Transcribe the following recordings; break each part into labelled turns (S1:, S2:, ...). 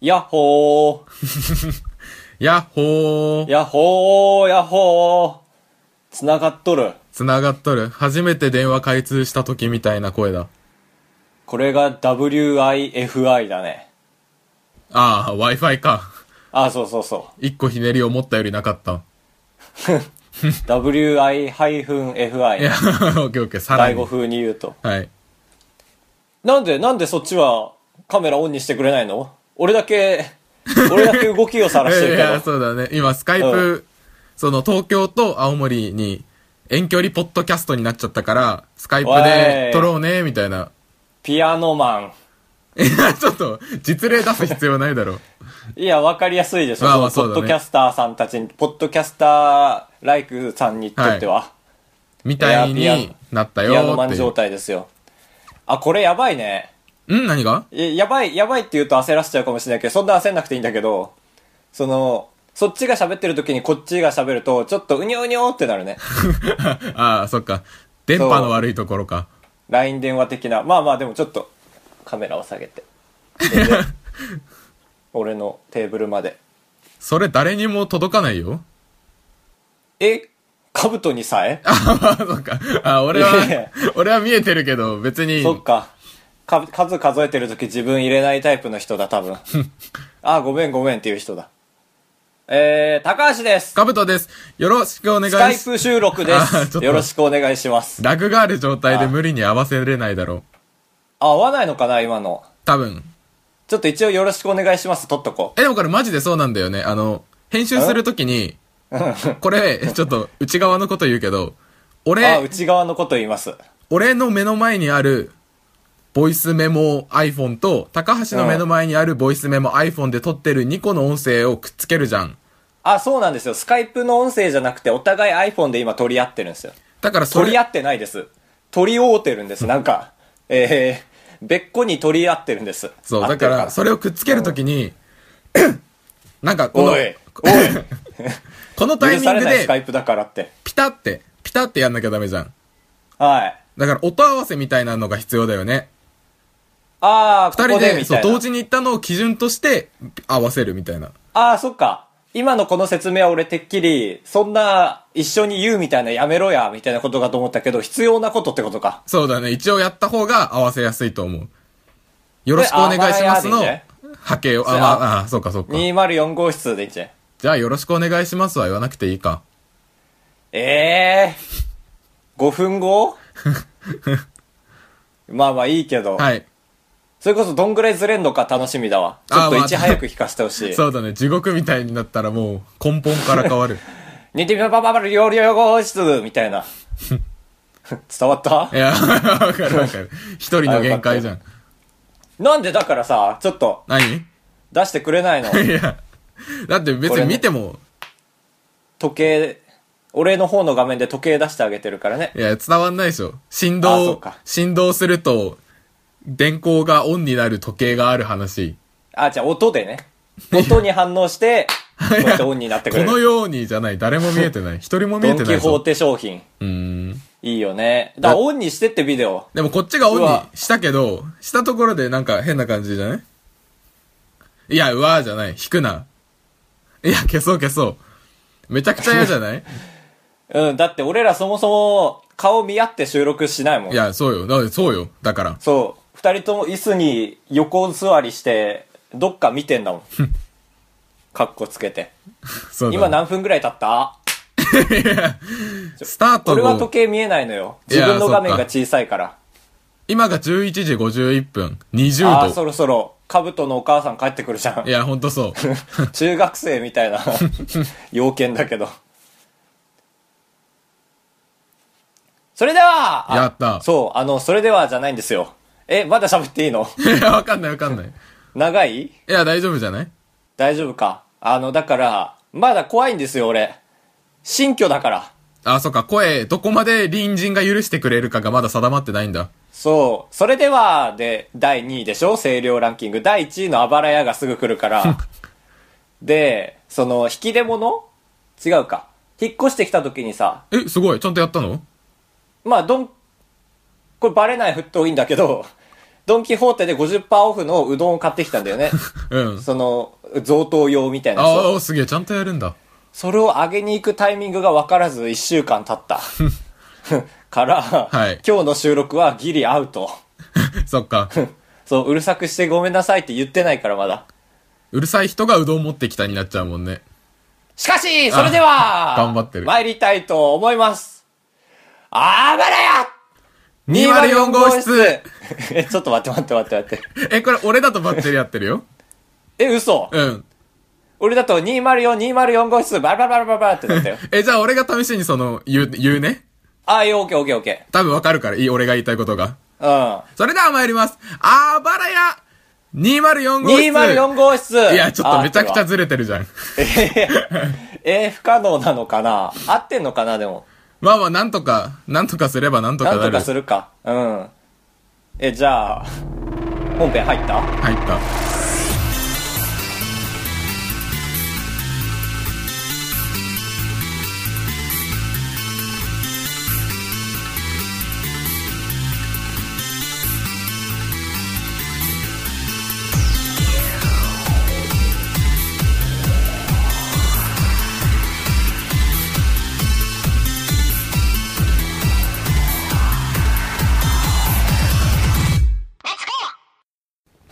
S1: ヤッホー
S2: やっほー。
S1: ヤッホーヤッホーつながっとる。
S2: 繋がっとる。初めて電話開通した時みたいな声だ。
S1: これが WIFI だね。
S2: ああ、Wi-Fi か。
S1: あ、そうそうそ
S2: 一個ひねりを持ったよりなかった。
S1: う。WI-FI
S2: い。や、 オッケーオッケー、さら
S1: 第
S2: に
S1: 語。風に言うと。
S2: はい。
S1: なんで、なんでそっちはカメラオンにしてくれないの俺だ け、俺だけ動きをさらして
S2: い
S1: るけ
S2: や、
S1: ど。
S2: そうだね。今、スカイ
S1: う
S2: プ、その、東京と青森に遠距離ポッドキャストになっちゃったから、スカイプ
S1: お
S2: で
S1: い
S2: 撮ろうね、みたいな。
S1: ピアノマ
S2: いや、ちょっと、実例出す必要ないだろう。
S1: ン。いや、わかりやすいでしょ。
S2: まあまあ
S1: その
S2: そうだ
S1: ポ
S2: ね
S1: ッドキャスターさんたちに、ポッドキャスターライクさんにとっては。
S2: みたいになったよ
S1: ピアノマ
S2: ーっ
S1: ン
S2: てい
S1: 状
S2: う。
S1: 態ですよ。あ、これやばいね。
S2: ん何が
S1: えやばい、やばいって言うと焦らしちゃうかもしれないけど、そんな焦んなくていいんだけど、その、そっちが喋ってる時にこっちが喋ると、ちょっとうにょうにょってなるね。
S2: ああ、そっか。電波の悪いところか。
S1: LINE 電話的な。まあまあ、でもちょっと、カメラを下げて。俺のテーブルまで。
S2: それ誰にも届かないよ。
S1: え、カブトにさえ
S2: ああ、そっか。ああ、俺はい
S1: やいや、
S2: 俺は見えてるけど、別に、
S1: そっか。か数数えてる時自分入れないタイプの人だ、多 分。あ、ごめんごめんっていう人だ。えー、高橋です
S2: カブトです。よろしくお願い
S1: スカイ
S2: しま
S1: プ収録で
S2: あーちょ
S1: す。
S2: っと
S1: よろしくお願いします
S2: す。。ラグがある状態で無理に合わせれないだろう。
S1: あ、合わないのかな、今の。
S2: 多分。
S1: ちょっと一応よろしくお願いします。撮っとこ
S2: え、でもこれマジでそうなんだよね。あの、編集するときに、これ、ちょっと内側のこと言うけど、
S1: う。あ、
S2: 俺、
S1: 内側のこと言います。
S2: 俺の目の前にある、ボイスメモ iPhone と、高橋の目の前にあるボイスメモ iPhone で撮ってる2個の音声をくっつけるじゃん。
S1: あ、そうなんですよ。スカイプの音声じゃなくて、お互い iPhone で今取り合ってるんですよ。
S2: だからそ
S1: 取り
S2: れ
S1: 合、ってないです。取り合うてるんです。なんか、えー、別個に取り合ってるんです。
S2: そう、
S1: 合っ
S2: だ
S1: て
S2: か
S1: る
S2: ら、それをくっつけるときに、なんかこの
S1: おい、、お
S2: こ のタ
S1: い、許
S2: イミ
S1: さ
S2: ン
S1: れ
S2: グ
S1: ないスカ
S2: で、
S1: イプだからって。
S2: ピタって、ピタってやんなきゃダメじゃん。
S1: はい。
S2: だから音合わせみたいなのが必要だよね。
S1: あー、
S2: 二
S1: こ
S2: 人
S1: こで
S2: で
S1: み
S2: そ
S1: た
S2: う
S1: い
S2: 同
S1: な。
S2: 時に行ったのを基準として合わせるみたいな
S1: あー、そっか。今のこの説明は俺てっきり、そんな一緒に言うみたいなやめろや、みたいなことかと思ったけど、必要なことってことか。
S2: そうだね一応やった方が合わせやすいと思うよろしくお願いしますの
S1: これあまあや
S2: 波形をあ、
S1: そう
S2: まあ、あそうかそうか
S1: 204号室でいいんじゃん。
S2: じゃあよろしくお願いしますは言わなくていいか
S1: ええー、5分 後まあまあいいけど、
S2: はい
S1: それこそどんぐらいずれんのか楽しみだわ。ちょ
S2: あ
S1: っと
S2: まあ
S1: いち早く聞かせてほしい。
S2: そうだね地獄みたいになったらもう根本から変わる
S1: 似てみばばばばる料理用語室みたいな。 伝わった
S2: いや わかるわかる一人の限界じゃん
S1: なんでだからさ、ちょっと
S2: 何 い
S1: 出してくれない の
S2: やだって別
S1: これ
S2: に
S1: ね
S2: 見ても、
S1: 時計、俺の方の画面で時計出してあげてるからね。
S2: いや伝わんないでしょ振
S1: あそう
S2: 動
S1: か
S2: 振動すると電光がオンになる時計がある話
S1: あ、じゃあ音で ね。音に反応して、こうやってオンになってく
S2: こ
S1: れ
S2: の
S1: る。
S2: ようにじゃない。誰も見え てない。一人も見
S1: ド
S2: え
S1: ン・
S2: てな
S1: キ
S2: い
S1: ホー
S2: ぞ。
S1: テ商品。
S2: うーん。
S1: いいよね。だからオンにしてってビデオ。
S2: でもこっちがオン
S1: う
S2: に
S1: わ
S2: したけど、したところでなんか変な感じじゃないいや、うわーじゃない。引くな。いや、消そう消そう。めちゃくちゃ嫌じゃない
S1: うん、だって俺らそもそも顔見合って収録しないもん。
S2: いや、そうよ。だそうよ。だから。
S1: そう。二人とも椅子に横座りして、どっか見てんだもん。カッコつけて。
S2: そうだ
S1: 今何分ぐらい経った
S2: スタート
S1: 俺は時
S2: を、
S1: 計見えないのよ。
S2: い
S1: 自
S2: や
S1: 分の画面
S2: そ
S1: が
S2: っか
S1: 小さいから。
S2: 今が11時51分。20
S1: ああ
S2: 度
S1: ー、。そろそろ、カブトのお母さん帰ってくるじゃ
S2: い
S1: ん。
S2: や、ほんとそう。
S1: 中学生みた いな要件だけど。それではあ
S2: やった
S1: そう、あの、それではじゃないんですよ。え、まだ喋っていいの
S2: いや、わかんないわかんない。
S1: 長い
S2: いや、大丈夫じゃない
S1: 大丈夫か。あの、だから、まだ怖いんですよ、俺。新居だから。
S2: あ、そっか。声、どこまで隣人が許してくれるかがまだ定まってないんだ。
S1: そう。それでは、で、第2位でしょ声量ランキング。第1位のあばら屋がすぐ来るから。で、その、引き出物違うか。引っ越してきた時にさ、
S2: え、すごい。ちゃんとやったの
S1: まあ、どん、これバレないフットいいんだけど、
S3: ドンキホーテで50%オフのうどんを買ってきたんだよね。
S2: うん。
S3: その、贈答用みたいなやつを
S2: ああ、すげえ、ちゃんとやるんだ。
S3: それを上げに行くタイミングが分からず1週間経 った。から、
S2: はい
S3: 今日の収録はギリアウト。
S2: そっか。
S3: そう、うるさくしてごめんなさいって言ってないからまだ。
S2: うるさい人がうどん持ってきたになっちゃうもんね。
S3: しかし、それでは、
S2: 頑張ってる
S3: 参りたいと思います。あばらや
S2: 204号室
S3: え、ちょっと待って待って待って待って。
S2: え、これ俺だとバッテリーやってるよ。
S3: え、嘘
S2: うん。
S3: 俺だと204、204号室、バラバラバラバラバラってなったよ。
S2: え、じゃあ俺が試しにその、言う、言うね。
S3: あ、いいよ、オッケーオッケーオッケ
S2: 多分わかるから、いい、俺が言いたいことが。
S3: ー。
S2: それでは参ります。あばらや !204
S3: うん。
S2: 号室
S3: 204号室
S2: いや、ちょっとめちゃくちゃ
S3: あ
S2: ずれてるじゃん。
S3: えー、不可能なのかな合ってんのかなでも。
S2: まあまあ、なんとか、なんとかすればなんとか
S3: なん
S2: な
S3: と
S2: る。
S3: かするか。うん。え、じゃあ、本編入った
S2: 入った。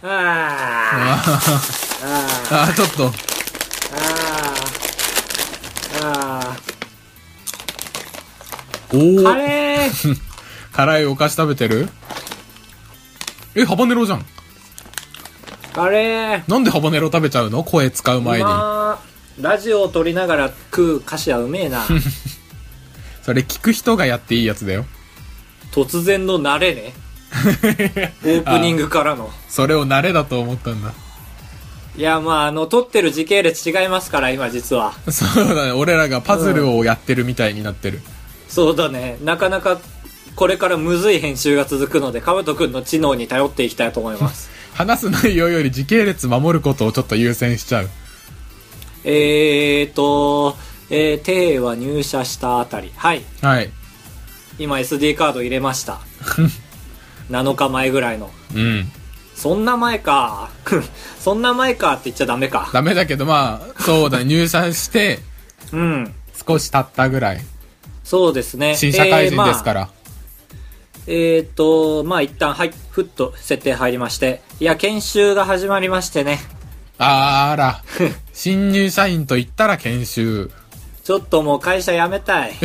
S1: あ
S2: あー、ちょっと。
S1: あ、ああ、
S2: お
S1: あ
S2: ー、
S1: れ ー
S2: 辛いお菓子食べてるえ、ハバネロじゃん。
S1: あれー
S2: なんでハバネロ食べちゃうの声使う前に。
S1: まあ、ラジオを撮りながら食う歌詞はうめえ な。
S2: それ聞く人がやっていいやつだよ。
S1: 突然の慣れね。 オープニングからの。
S2: それを慣れだと思ったんだ。
S1: いや、まあ、あの、撮ってる時系列違いますから、今実は。
S2: そうだね。俺らがパズルをやってるみたいになってる。
S1: そうだね。なかなか、これからむずい編集が続くので、かぶとくんの知能に頼っていきたいと思い ます。
S2: 話す内容より時系列守ることをちょっと優先しちゃう。
S1: えーと、えー、テイは入社したあたり。はい。
S2: はい。
S1: 今 SD カード入れま した7日前ぐらいの
S2: うん。
S1: そんな前か そんな前かって言っちゃダメか
S2: ダメだけど、まあ、そうだね。入社して
S1: うん
S2: 少し経ったぐらい。
S1: そうですね
S2: 新社会人ですからら。
S1: えーまあえーとまあ一旦はいふっと設定入りましていや研修が始まりましてね
S2: あ ーら。新入社員と言ったら研修。
S1: ちょっともう会社辞めたい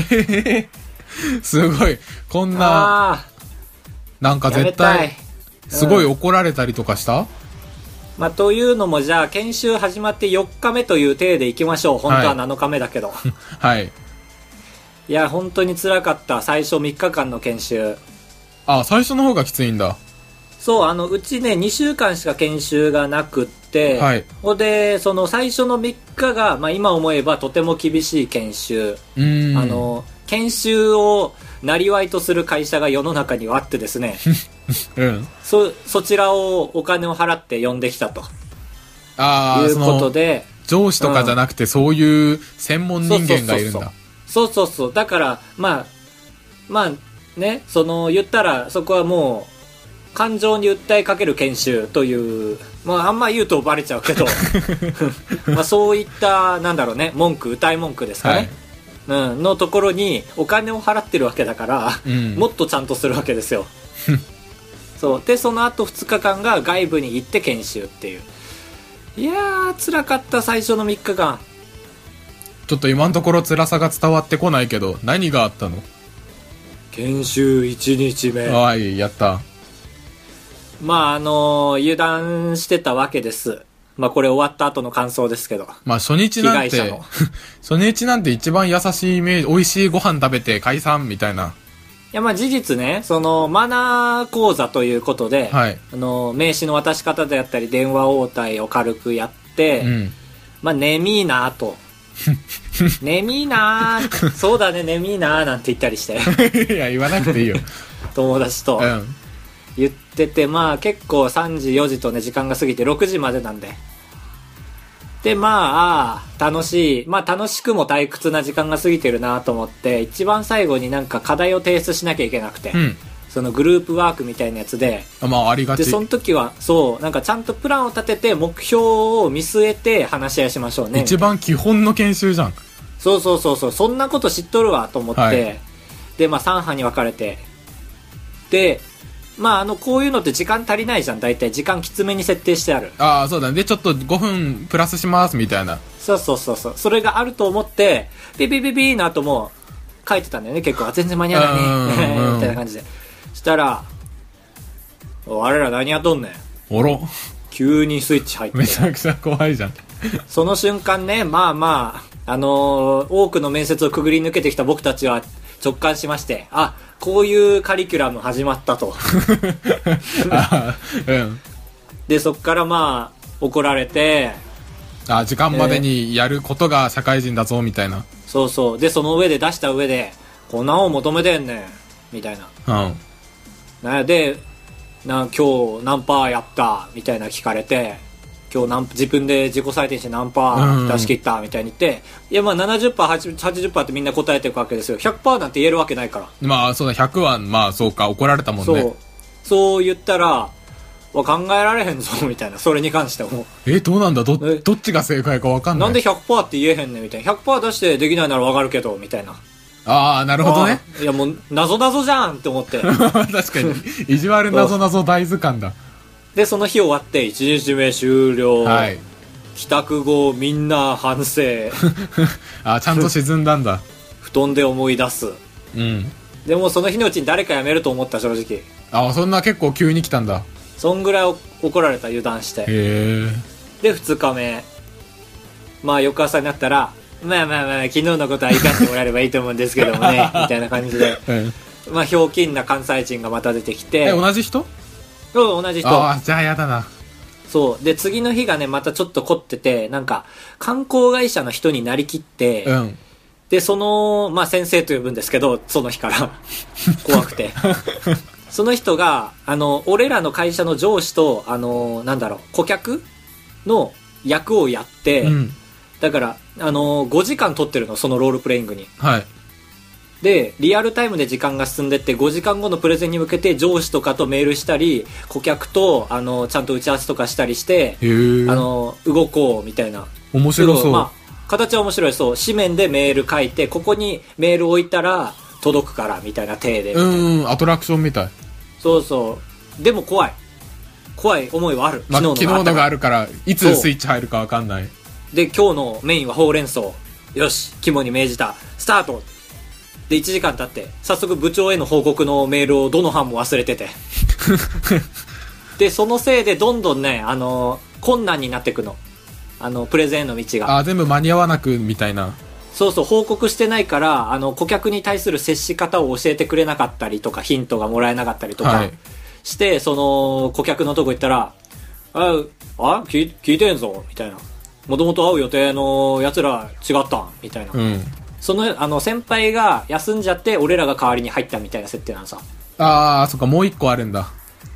S2: すごい。こんな、
S1: あ
S2: なんか
S1: あ辞め
S2: 絶
S1: たい
S2: 対、すごい怒られたりとかした、
S1: まあ、というのもじゃあ研修始まって4日目という体でいきましょう本当は
S2: は
S1: 7日目だけど、 い、
S2: はい。
S1: や本当につらかった最初3日間の研修
S2: あ、最初の方がきついんだ。
S1: そう、あの、うちね、2週間しか研修がなくって、
S2: はい
S1: ほんで、その最初の3日が、まあ今思えばとても厳しい研修。
S2: うーん。
S1: あ、の、研修をなりわいとする会社が世の中にはあってです ね、
S2: うん。
S1: そ、そちらをお金を払って呼んできたと
S2: あ
S1: い
S2: あ、
S1: う
S2: そ
S1: こと
S2: の、
S1: で、
S2: 上司とかじゃなくて、そういう専門人間がいるんだ。
S1: そうそうそう。だから、まあ、まあ、ね、その、言ったら、そこはもう、感情に訴えかける研修という、まあ、あんま言うとバレちゃうけ ど、まあ、そういった、なんだろうね、文句、歌い文句ですかね。
S2: はい。
S1: うん、のところに、お金を払ってるわけだから、
S2: うん
S1: もっとちゃんとするわけです よ。そう。で、その後2日間が外部に行って研修っていう。いやー、辛かった、最初の3日間。
S2: ちょっと今のところ辛さが伝わってこないけど、何があったの
S1: 研修1日目。
S2: はい、やった。
S1: まあ、あの油断してたわけです。まあ、これ終わった後の感想ですけど。
S2: まあ初日な
S1: 被
S2: ん
S1: 害者
S2: て
S1: の、
S2: 初日なんて一番優しいイメージ、美味しいご飯食べて解散みたいな。
S1: いや、まあ、事実ね、その、マナー講座ということで、
S2: はい。
S1: あの名刺の渡し方であったり、電話応対を軽くやって、
S2: うん。
S1: まあ、眠いなぁ と。眠いなぁ、そうだね、眠いなぁ、なんて言ったりして、
S2: いや、言わな くていいよ。
S1: 友達 と
S2: うん。
S1: 言ってて、まあ、結構3時、4時とね、時間が過ぎて、6時までなんで。で、まあ、ああ楽しい。まあ、楽しくも退屈な時間が過ぎてるなと思って、一番最後になんか課題を提出しなきゃいけなくて。
S2: うん。
S1: そのグループワークみたいなやつで、
S2: あまあ、ありが
S1: で、
S2: ち。
S1: その時は、そう、なんかちゃんとプランを立てて、目標を見据えて話し合いしましょうね。
S2: 一番基本の研修じゃん。
S1: そうそうそうそう、そんなこと知っとるわと思って、
S2: はい
S1: で、まあ3班に分かれて、で、まああの、こういうのって時間足りないじゃん、大体。時間きつめに設定してある。
S2: ああ、そうだね。で、ちょっと5分プラスします、みたいな。
S1: そうそうそうそう。それがあると思って、ビビビビーの後も書いてたんだよね、結構。あ、全然間に合わない
S2: うんうんう
S1: ね。
S2: ん
S1: みたいな感じで。したら、お我ら何やっとんねん。
S2: おろ。
S1: 急にスイッチ入って
S2: め。ちゃくちゃ怖いじ ゃん。
S1: その瞬間ね、まあまあ、あのー多くの面接をくぐり抜けてきた僕たちは直感しまして、あ、こういうカリキュラム始まったと。
S2: あーうん。
S1: で、そっからまあ、怒られて、
S2: あー時間までにやることが社会人だぞ、みたいな。
S1: そうそう。で、その上で出した上で、こんなもん求めてんねん。みたいな。
S2: うん。
S1: なでな今日何パーやったみたいな聞かれて今日何自分で自己採点して何パ
S2: うん
S1: ー出し切ったみたいに言って、いやまあ 70%80% ってみんな答えてるわけですよ100%なんて言えるわけないから、
S2: まあ、そうだ、100は、まあ、そうか、怒られたもん
S1: そ
S2: ね
S1: う。そう言ったらわ考えられへんぞみたいなそれに関してはも
S2: え、どうなんだど、
S1: え
S2: どっちが正解かわか
S1: うん
S2: な
S1: なん
S2: い。
S1: で100%って言えへんねんみたいな100%出してできないならわかるけどみたいな
S2: ああ、なるほどね。
S1: あーいやもう謎謎じゃんって思って
S2: 確かに。意地悪なぞなぞ大図鑑だ。
S1: でその日終わって1日目終了、
S2: はい。
S1: 帰宅後みんな反省
S2: あーちゃんと沈んだんだ。
S1: 布団で思い出す
S2: うん。
S1: でもその日のうちに誰か辞めると思った正直
S2: ああ、そんな結構急に来たんだ。
S1: そんぐらい怒られた油断して
S2: へえ。
S1: で2日目まあ翌朝になったらまあまあまあ昨日のことは怒ってもらえればいいと思うんですけども ねみたいな感じで
S2: うん
S1: まあひょうきんな関西人がまた出てき
S2: え、
S1: てうん
S2: 同じ人
S1: 同じ人
S2: ああ、じゃあやだな。
S1: そうで次の日がねまたちょっと凝っててなんか観光会社の人になりきって、
S2: うん。
S1: で、その、まあ、先生と呼ぶんですけど、その日 から。怖くて。その人が、あの、俺らの会社の上司と、あの、なんだろう、顧客の役をやって、
S2: うん。
S1: だから、あの、5時間取ってるの、そのロールプレイングに。
S2: はい。
S1: で、リアルタイムで時間が進んでって、5時間後のプレゼンに向けて上司とかとメールしたり、顧客と、あの、ちゃんと打ち合わせとかしたりして、
S2: へえ。
S1: あの、動こう、みたいな。
S2: 面白そう。
S1: まあ、形は面白いそう紙面でメール書いてここにメール置いたら届くからみたいな体で、
S2: うんうん、アトラクションみたい。
S1: そうそうでも怖い怖い思いはある
S2: まあ、
S1: 昨日
S2: 昨日
S1: のがあった
S2: の
S1: か
S2: が
S1: ら
S2: あるから、いつスイッチ入るかわかんない。
S1: で今日のメインはほうれん草よし肝に銘じたスタートで1時間経って早速部長への報告のメールをどの班も忘れててでそのせいでどんどんねあの困難になってくのあのプレゼンへの道が
S2: ああ、全部間に合わなく、みたいな。
S1: そうそう、報告してないから、あの、顧客に対する接し方を教えてくれなかったりとか、ヒントがもらえなかったりと
S2: は
S1: か
S2: い
S1: して、その、顧客のとこ行ったら、あ、あ聞い聞いてんぞ、みたいな。もともと会う予定の奴ら違ったん、みたいな。
S2: うん。
S1: その、あの、先輩が休んじゃって、俺らが代わりに入ったみたいな設定なのさ。
S2: ああ、そっか、もう一個あるんだ。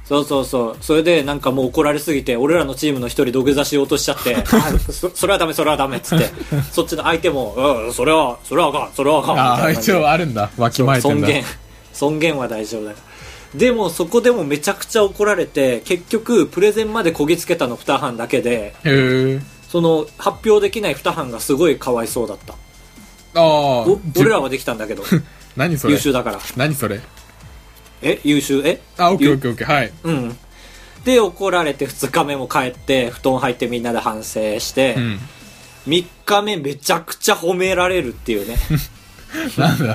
S1: そうそうそう。それでなんかもう怒られすぎて、俺らのチームの一人土下座しようとしちゃ って、あそそれはダメ、それはダメっつって、そっちの相手も、うん、それは、それはあかん、それはあかん。みたいな
S2: ああ、
S1: 感じ
S2: 一
S1: で
S2: 応あるんだ。わきまえてん
S1: 尊
S2: だ。
S1: 厳 尊厳は大丈夫だよでもそこでもめちゃくちゃ怒られて結局プレゼンまでこぎつけたの2班だけで
S2: へえ。
S1: その発表できない2班がすごいかわいそうだった
S2: ああ
S1: お、
S2: じゅ
S1: 俺らはできたんだ けど
S2: 何それ
S1: 優秀だから
S2: 何それ
S1: え優秀え
S2: あ、オッケー
S1: ゆ
S2: オッケーオッケ ー、はい。
S1: うんで怒られて2日目も帰って布団入ってみんなで反省して、
S2: うん。
S1: 3日目めちゃくちゃ褒められるっていうね
S2: なんだ、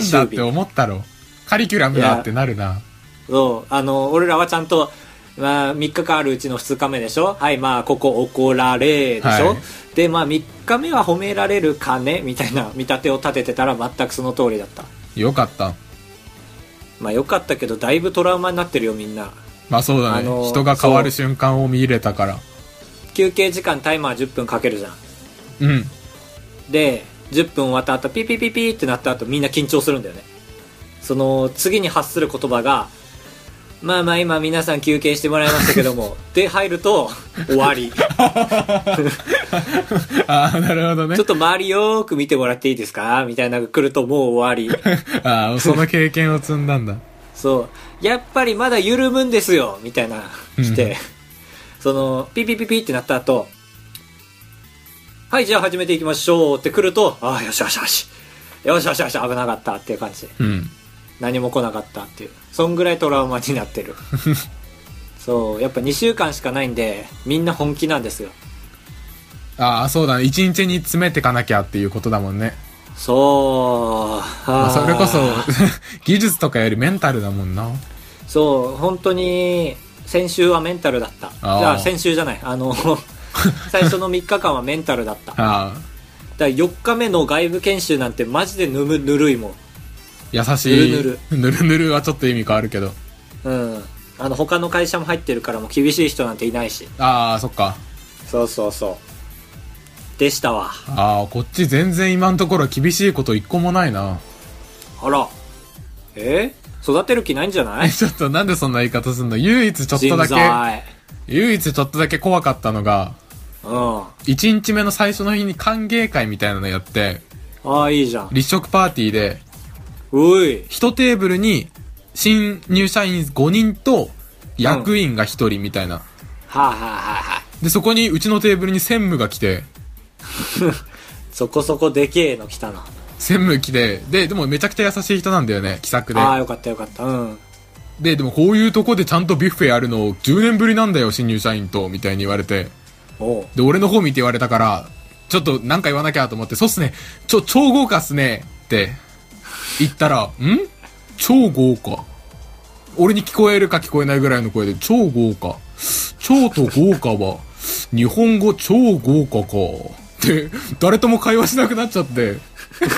S1: 最終
S2: ん
S1: 日
S2: だって思ったろ。カリキュラムだってなるな。
S1: そうあの俺らはちゃんと、まあ、3日間あるうちの2日目でしょはいまあここ怒られでしょ、
S2: はい
S1: でまあ3日目は褒められるかねみたいな見立てを立ててたら全くその通りだった
S2: よかった。
S1: まあよかったけどだいぶトラウマになってるよみんな
S2: まあそうだね。
S1: あのー
S2: 人が変わる瞬間を見入れたから。
S1: 休憩時間タイマー10分かけるじゃん
S2: うん。
S1: で10分終わった後ピピピピってなった後みんな緊張するんだよねその次に発する言葉がまあまあ今皆さん休憩してもらいましたけどもで入ると終わり
S2: ああ、なるほどね
S1: ちょっ。と周りよー く見てもらっていいですかみたいなのが来るともう終わり。
S2: ああ、その経験を積んだんだ。
S1: そうやっぱりまだ緩むんですよみたいな来
S2: う
S1: てそのピピピピってなった後はいじゃあ始めていきましょうって来るとああよしよしよしよしよしよし危なかったっていう感じ
S2: うん。
S1: 何も来なかったっていうそんぐらいトラウマになって るそうやっぱ2週間しかないんでみんな本気なんですよ
S2: ああ、そうだね。一日に詰めてかなきゃっていうことだもんね。
S1: そう
S2: まあ
S1: あー
S2: それこそ、 技術とかよりメンタルだもんな。
S1: そう本当に先週はメンタルだったじ
S2: あー
S1: ゃあ先週じゃないあ の最初の3日間はメンタルだっただか
S2: ああ、
S1: ら4日目の外部研修なんてマジでぬむぬるいもん
S2: 優しい。
S1: ぬる
S2: ぬる。ぬるぬるはちょっと意味変わるけど。
S1: うんあの他の会社も入ってるからもう厳しい人なんていないし
S2: ああ、そっか。
S1: そうそうそうでしたわ
S2: ああ、こっち全然今のところ厳しいこと一個もないな。
S1: あらえ育てる気ないんじゃな
S2: え、
S1: い
S2: ちょっとなんでそんな言い方すんの唯一ちょっと
S1: 人
S2: だけ、
S1: 材
S2: 唯一ちょっとだけ怖かったのが、
S1: うんあ
S2: 1日目の最初の日に歓迎会みたいなのやって、
S1: あいいじゃん
S2: 立食パーティーで、
S1: うい
S2: 一テーブルに新入社員5人と役員が1人みたいな。
S1: はあ、はあはあはあ、
S2: で、そこにうちのテーブルに専務が来て、
S1: そこそこでけえの来たな
S2: 専務来て、で、でもめちゃくちゃ優しい人なんだよね、気さくで。
S1: ああよかったよかったうん
S2: で、でもこういうとこでちゃんとビュッフェやるの10年ぶりなんだよ、新入社員と、みたいに言われて。
S1: おう
S2: で、俺の方見て言われたから、ちょっとなんか言わなきゃと思って、そうっすね、ちょ、超豪華っすね、って言ったら、ん超豪華。俺に聞こえるか聞こえないぐらいの声で、超豪華。超と豪華は、日本語超豪華か。って、誰とも会話しなくなっちゃって。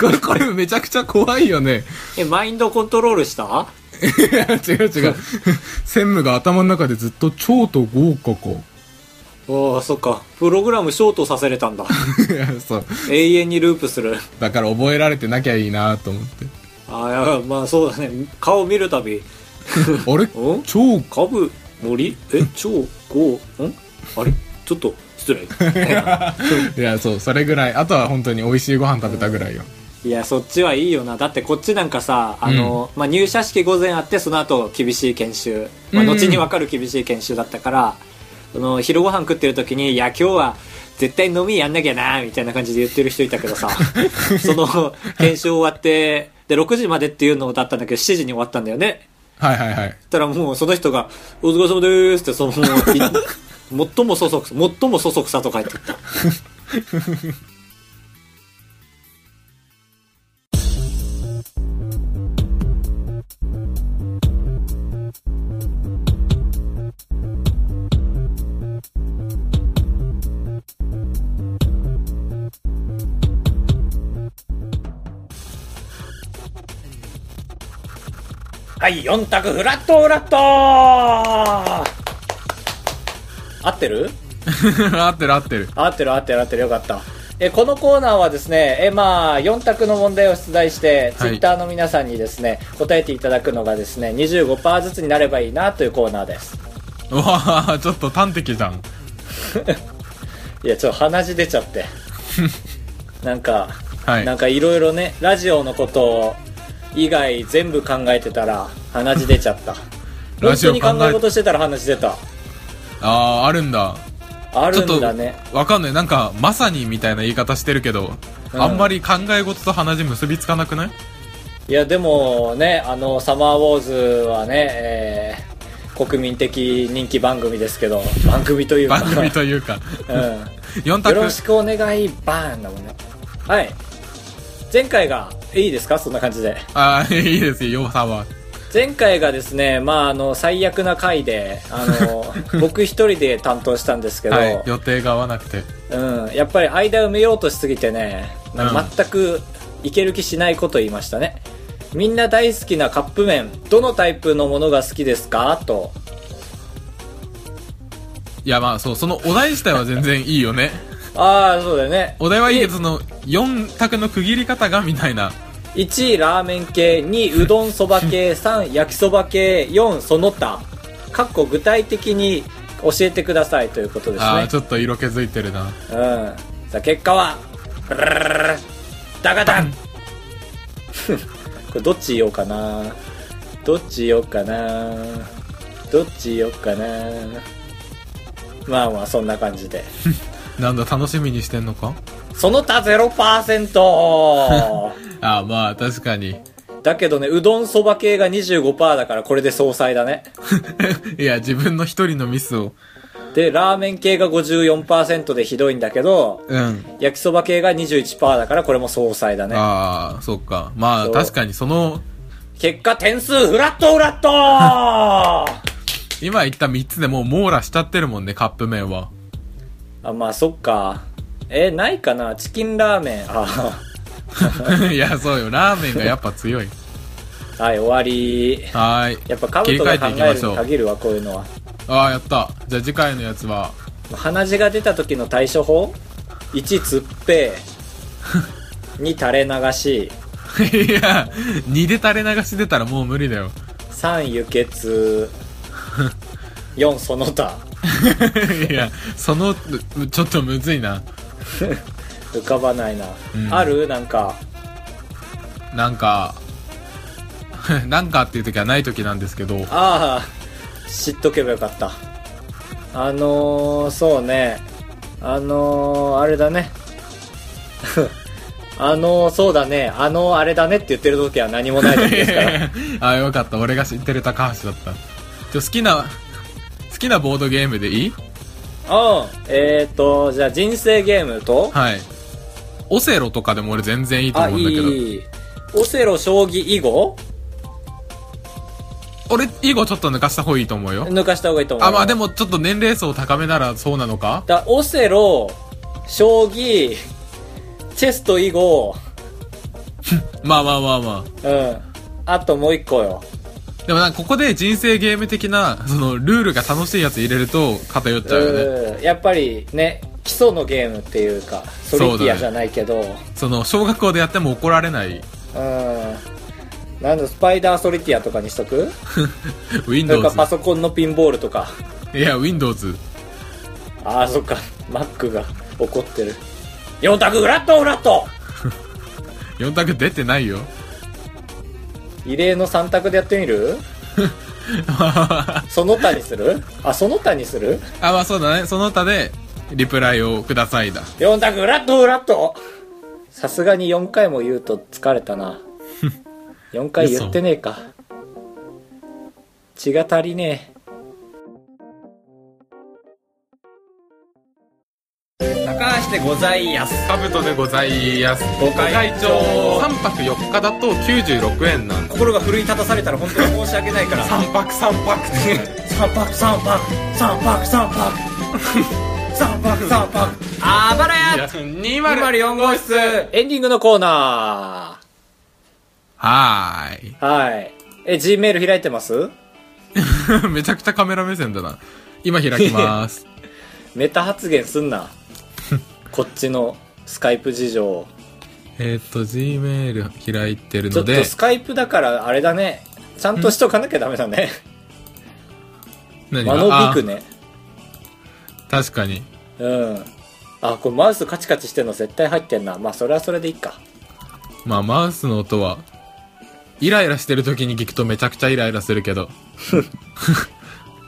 S2: これ、これめちゃくちゃ怖いよね。
S1: えマインドコントロールした
S2: いや違う違う。専務が頭の中でずっと超と豪華か。
S1: おおそっかプログラムショートさせれたんだ
S2: いやそう。
S1: 永遠にループする
S2: だから覚えられてなきゃいいなと思って。
S1: ああいやまあそうだね顔見るたび
S2: あれ
S1: ん
S2: 超
S1: 株森え超豪んあれちょっと失礼
S2: いやそうそれぐらいあとは本当に美味しいご飯食べたぐらいよ、
S1: いやそっちはいいよなだってこっちなんかさあの、まあ、入社式午前あってその後厳しい研修、まあ、
S2: うん
S1: 後に分かる厳しい研修だったから、その昼ご飯食ってる時に「いや今日は絶対飲みやんなきゃな」みたいな感じで言ってる人いたけど さその研修終わってで6時までっていうのだったんだけど7時に終わったんだよね
S2: はいはいはい
S1: そしたらもうその人が「お疲れ様でーす」ってそのい 最もそそくさ最もそそくさと書いてあった
S3: はい、4択フラットフラット合ってる
S2: 合ってる合ってる
S3: 合ってる合ってる合ってるよかったえこのコーナーはですねえまあ4択の問題を出題して、
S2: はい
S3: ツイッターの皆さんにですね答えていただくのがですね25%ずつになればいいなというコーナーです
S2: うわあちょっと端的じゃん
S3: いやちょっと鼻血出ちゃって なんか、
S2: はい
S3: なんかいろいろねラジオのこと以外全部考えてたら鼻血出ちゃった
S2: ラ
S3: 本
S2: ジ
S3: 当
S2: オ
S3: に
S2: 考え
S3: 考え事してたら鼻血出た
S2: あああるんだ
S3: あ
S2: ちょ
S3: る
S2: っと
S3: んだね
S2: わかんないなんかまさにみたいな言い方してるけど、
S3: うん
S2: あんまり考え事と鼻血結びつかなくない
S3: いやでもねあの「サマーウォーズ」はね、えー国民的人気番組ですけど番組というか
S2: 番組とい うか
S3: うん、よ
S2: 4択
S3: ろしくお願いバーンだもんねはい前回がいいですかそんな感じで
S2: ああいいですよさは
S3: 前回がですねまああの最悪な回であ の僕一人で担当したんですけど、
S2: はい予定が合わなくて
S3: うん、やっぱり間埋めようとしすぎてね、な
S2: うん
S3: 全くいける気しないこと言いましたねみんな大好きなカップ麺どのタイプのものが好きですかと
S2: いやまあそうそのお題自体は全然いいよね
S3: ああそうだよね
S2: お題はいいけどその4択の区切り方がみたいな
S3: 1位ラーメン系2位うどんそば系3位焼 きそば系4位その他かっこ具体的に教えてくださいということですね
S2: ああちょっと色気づいてるな
S3: うんさあ結果はブルルルル ルルダガダンこれどっち言おうかな
S1: どっちよっかなどっちよっかなまあまあそんな感じで
S2: なんだ、楽しみにしてんのか
S1: その他0%
S2: ああ、まあ、確かに。
S1: だけどねうどんそば系が25%だからこれで総裁だね
S2: いや、自分の一人のミスを。
S1: でラーメン系が54%でひどいんだけど
S2: うん。
S1: 焼きそば系が21%だからこれも総裁だね
S2: ああ、そっか。まあ、
S1: そう
S2: 確かにその、
S1: 結果点数フラットフ ラット
S2: 今言った3つでもう網羅しちゃってるもんね、カップ麺は。
S1: あまあそっかえないかなチキンラーメンあ
S2: いや、そうよ。ラーメンがやっぱ強い。
S1: はい終わり
S2: はーい。
S1: やっぱカブトが考えるに限るわこういうのは
S2: ああ、やった。じゃあ次回のやつは、
S1: 鼻血が出た時の対処法1つっぺー 2垂れ流し
S2: いや、2で垂れ流し出たらもう無理だよ。
S1: 3輸血4その他
S2: いや、その、ちょっとむずいな。
S1: 浮かばないな、
S2: うん
S1: あるなんか
S2: なんか、 なんかっていう時はない時なんですけど、
S1: ああ知っとけばよかったあのー、そうねあのー、あれだね あのー、そうだねあのー、あれだねって言ってる時は何もない時です から
S2: ああ、よかった。俺が知ってる高橋だった。ちょ好きな、好きなボードゲームでい
S1: う
S2: い
S1: んえっ、ー、とじゃあ人生ゲームと
S2: はい。オセロとかでも俺全然いいと
S1: あ
S2: 思うんだけど。
S1: いいオセロ将棋囲碁
S2: 俺、以後ちょっと抜かした方がいいと思うよ。
S1: 抜かした方がいいと思う
S2: あ、まあで
S1: も
S2: もちょっと年齢層高めならそうなのか
S1: だオセロ将棋チェスト囲碁
S2: まあまあまあま
S1: うんあともう一個よ
S2: あ。でもなんかここで人生ゲーム的な、その、ルールが楽しいやつ入れると偏っちゃうよね。
S1: うんやっぱりね基礎のゲームっていうかトリキアじゃないけどう,、
S2: その、小学校でやっても怒られない。
S1: んなんだスパイダーソリティアとかにし とくそれか
S2: Windows。
S1: パソコンのピンボールとか
S2: いや、Windows。
S1: ああそっか Mac が怒ってる4択フラットフラット
S2: 4択出てないよ。
S1: 異例の3択でやってみ る
S2: あ、
S1: その他にするあその他にする
S2: まあそうだね。その他で、リプライをくださいだ。
S1: 4択フラットフラットさすがに4回も言うと疲れ たな4回言ってねえか血が足りねえ
S3: 高橋でございやす。
S2: カブトでございやす。ご
S3: 会長
S2: 3泊4日だと96円なんだ。
S3: 心が奮い立たされたら本当に申し訳ないから。
S2: 3泊3泊って。
S3: 三泊三泊三泊三泊三泊三泊
S1: あばらや
S2: 204号室
S1: エンディングのコーナ
S2: はーい。
S1: ー。はい。え、G メール開いてます
S2: めちゃくちゃカメラ目線だな。今開き ます。
S1: メタ発言す んな。こっちのスカイプ事情。
S2: えーっと、G メール開いてる
S1: ちょ
S2: の
S1: っと
S2: で
S1: ス、カイプだからあれだね。ちゃんとしとかなきゃダメだね。
S2: 何
S1: 間延
S2: が
S1: びくね。
S2: あ確かに。
S1: うん。あ、これマウスカチカチしてんの絶対入ってんな。まあそれはそれでいいか。
S2: まあ、マウスの音は、イライラしてる時に聞くとめちゃくちゃイライラするけど。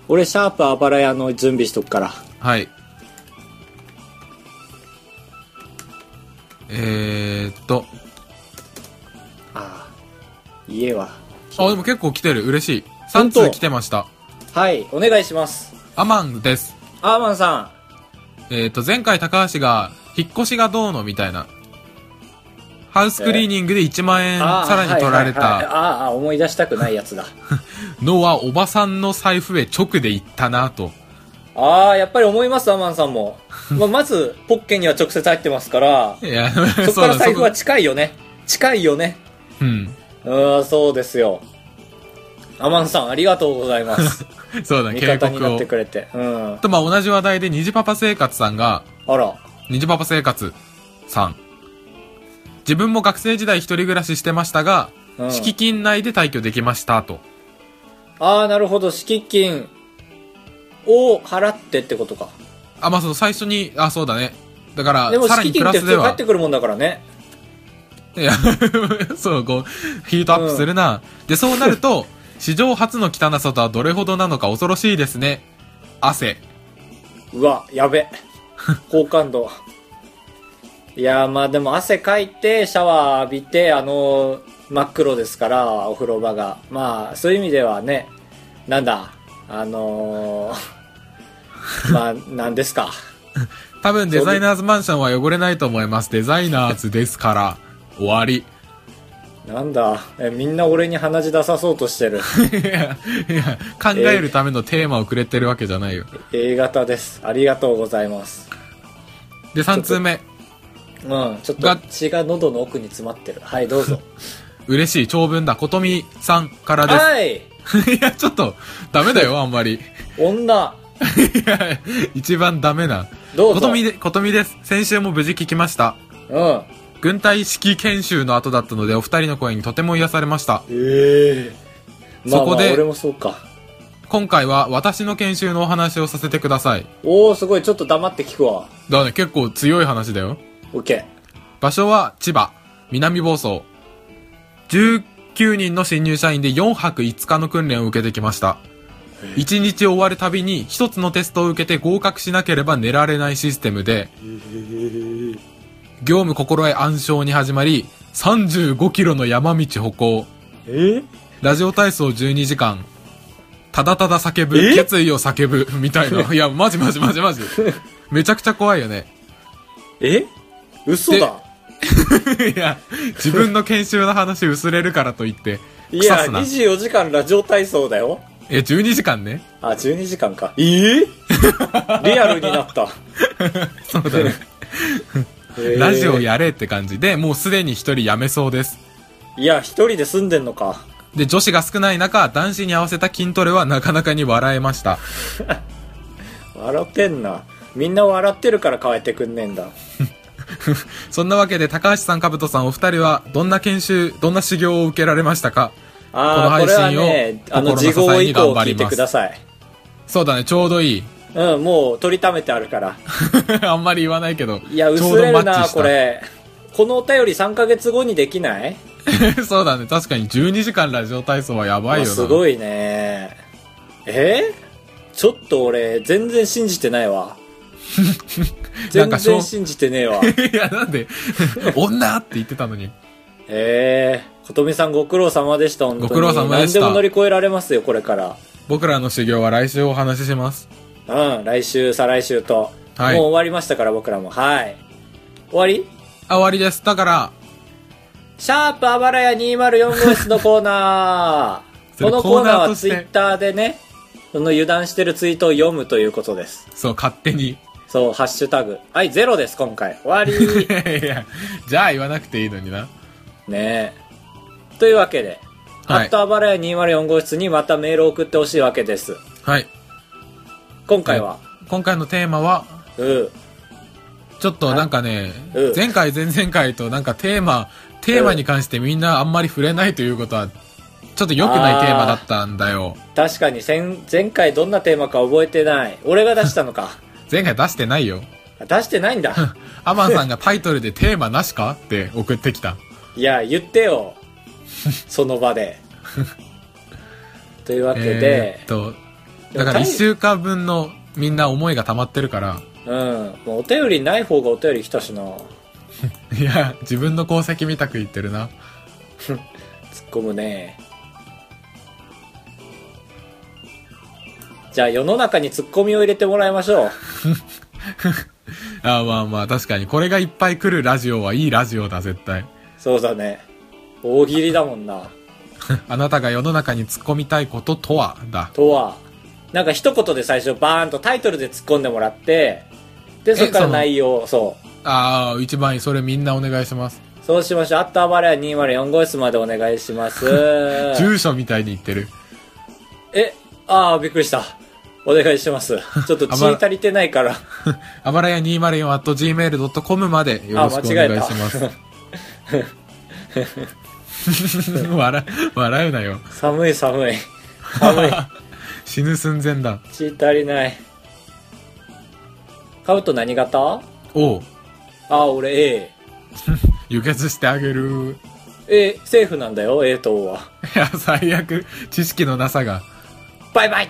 S1: 俺、シャープあばら屋の準備しとくから。
S2: はい。えーっと、
S1: ああ。家は。
S2: あ、でも結構来てる。嬉しい。
S1: 本
S2: 3
S1: 当
S2: 通来てました。
S1: はい、お願いします。
S2: アマンです。
S1: アーマンさん。
S2: えっ、と、前回高橋が、引っ越しがどうのみたいな。ハウスクリーニングで1万円
S1: あー
S2: さらに取ら
S1: はい
S2: れ
S1: はいはい
S2: た
S1: ああ、思い出したくないやつだ。
S2: のはおばさんの財布へ直で行ったなと。
S1: ああ、やっぱり思います、アマンさん も。まあ、まず、ポッケには直接入ってますから、
S2: いや、
S1: そこ
S2: う
S1: から
S2: だ
S1: 財布は
S2: そこ
S1: 近いよね。近いよね。
S2: うん。
S1: うーん、そうですよ。アマンさん、ありがとうございます。
S2: そうだ、
S1: 味
S2: 警
S1: 方にな
S2: 告
S1: っ
S2: を
S1: て。くれて。うん。
S2: と、まあ、同じ話題で、虹パパ生活さんが、
S1: あら。
S2: 虹パパ生活さん。自分も学生時代一人暮らししてましたが、
S1: うん
S2: 敷金内で退去できましたと。
S1: ああ、なるほど、敷金を払ってってことか。
S2: あ、まあ、その最初に、あ、そうだね。だから
S1: でも、、
S2: さらに
S1: 敷
S2: プ
S1: 金っ
S2: ラ
S1: て
S2: ス
S1: 普
S2: で
S1: 通
S2: は。
S1: 返ってくるもんだからね。
S2: いや、そう、こう、ヒートアップするな。で、そうなると、史上初の汚さとはどれほどなのか恐ろしいですね。汗。
S1: うわ、や べ。好感度。いやーまあでも汗かいて、シャワー浴びて、あのー真っ黒ですから、お風呂場が。まあ、そういう意味ではね、なんだ、あの ーまあ、なんですか。
S2: 多分デザイナーズマンションは汚れないと思います。デザイナーズですから。終わり。
S1: なんだ、えみんな俺に鼻血出さそうとしてる。
S2: いや、いや、考えるためのテーマをくれてるわけじゃないよ。
S1: A 型です。ありがとうございます。
S2: で、3通目。
S1: うん、ちょっと
S2: が
S1: 血が喉の奥に詰まってる。はい、どうぞ。
S2: 嬉しい長文だ。ことみさんからで
S1: はい
S2: す。 いや、ちょっと、ダメだよ、あんまり。い
S1: 女
S2: や、一番ダメな。
S1: どうぞ
S2: ことみで、ことみです。先週も無事聞きました。
S1: うん。
S2: 軍隊式研修の後だったので、お二人の声にとても癒されました。
S1: ええまあ、
S2: そこで
S1: まあ俺もそうか。
S2: 今回は私の研修のお話をさせてください。
S1: おおすごい、ちょっと黙って聞くわ。
S2: だね、結構強い話だよ。
S1: オッケ
S2: 場所は千葉、南房総。19人の新入社員で4泊5日の訓練を受けてきました。1日終わるたびに1つのテストを受けて合格しなければ寝られないシステムで、業務心得暗唱に始まり、35キロの山道歩行、
S1: ー。え
S2: ラジオ体操12時間、ただただ叫ぶ、
S1: え
S2: 決意を叫ぶ、 みたいな。いや、マジマジマジ マジ。めちゃくちゃ怖いよね。
S1: え嘘だ。
S2: いや、自分の研修の話薄れるからといって、
S1: いや、
S2: 腐すな。
S1: 24時間ラジオ体操だよ。
S2: え、12時間ね。
S1: あ、12時間か。ええ リアルになった。
S2: そうだね。ラジオやれって感じで、もうすでに一人辞めそうです。
S1: いや、一人で住んでんのか。
S2: で、女子が少ない中、男子に合わせた筋トレはなかなかに笑えました。
S1: 笑ってんな。みんな笑ってるから変えてくんねえんだ。
S2: そんなわけで、高橋さん、かぶとさん、お二人は、どんな研修、どんな修行を受けられましたか
S1: ああ、これ
S2: この
S1: は
S2: 配信を
S1: ね、あの、
S2: 心の
S1: 事
S2: 支
S1: 後
S2: え
S1: 以
S2: に
S1: 降
S2: 頑張
S1: 聞い
S2: り
S1: て
S2: ま
S1: く
S2: す
S1: ださい。
S2: そうだね、ちょうどいい。
S1: うん、もう取りためてあるから。
S2: あんまり言わないけど。
S1: いや、
S2: ちょ
S1: 薄
S2: うど
S1: れ
S2: マ
S1: る
S2: ッ
S1: な、
S2: チした
S1: こ。れ。このお便り3ヶ月後にできない
S2: そうだね、確かに12時間ラジオ体操はやばいよ
S1: ま
S2: な。
S1: あすごいね。えーちょっと俺、全然信じてないわ。
S2: なん
S1: 全
S2: かしょう
S1: 然信じてねえ わ。
S2: いや、なんで、女って言ってたのに。
S1: ええー、ことみさんご苦労様でした、本当に。
S2: ご苦労様でし
S1: 何で
S2: た
S1: も乗り越えられますよ、これから。
S2: 僕らの修行は来週お話しします。
S1: うん、来週、再来週と。
S2: はい
S1: もう終わりましたから、僕らも。はい。終わり
S2: あ、終わりです。だから、
S1: シャープあばらや204号室のコーナー。
S2: それ
S1: このコーナー
S2: コーナーと
S1: は
S2: し
S1: ツ
S2: て
S1: イッターでね、その油断してるツイートを読むということです。
S2: そう、勝手に。
S1: そう、ハッシュタグ。はい、ゼロです、今回。終わ り。
S2: いやいや、じゃあ言わなくていいのにな。
S1: ねえ。というわけで、ハ
S2: はい
S1: ットアバラヤ204号室にまたメールを送ってほしいわけです。
S2: はい。
S1: 今回は、
S2: 今回のテーマは、
S1: うん。
S2: ちょっとなんかね
S1: うん、
S2: 前回前々回となんかテーマ、テーマに関してみんなあんまり触れないということは、ちょっと良くないテーマだったんだよ。
S1: 確かに前前回どんなテーマか覚えてない。俺が出したの か。
S2: 前回出してないよ。
S1: 出してないんだ。
S2: アマンさんがタイトルでテーマなしかって送ってきた。
S1: いや、言ってよ。その場 で。というわけで
S2: えー、っと、だから1週間分のみんな思いが溜まってるから、
S1: うん。もうお便りない方がお便り来たしな。
S2: いや、自分の功績みたく言ってるな。
S1: 突っ込むね。じゃあ世の中にツッコミを入れてもらいましょう。
S2: あまあまあ、確かに。これがいっぱい来るラジオはいいラジオだ、絶対。
S1: そうだね。大喜利だもんな。
S2: あなたが世の中に突っ込みたいこととは、だ。
S1: とは、なんか一言で最初バーンとタイトルで突っ込んでもらって、で、そっか
S2: そ
S1: ら
S2: の
S1: 内容、そう。
S2: ああ、一番いい。それみんなお願いします。
S1: そうしましょう。あったあばれは204号室までお願いします。
S2: 住所みたいに言ってる。
S1: え、ああ、びっくりした。お願いします。ちょっと血
S2: あばら
S1: 足りてないから。
S2: あばらや 204.gmail.com までよろしくお願いします。 笑笑うなよ。
S1: 寒い寒い。寒い。
S2: 死ぬ寸前だ。
S1: 血足りない。カブト何型あ
S2: おう、
S1: あ、俺 A。
S2: 輸血してあげる。
S4: えー、セーフなんだよ、A 党は。
S2: いや、最悪。知識のなさが。
S1: バイバイ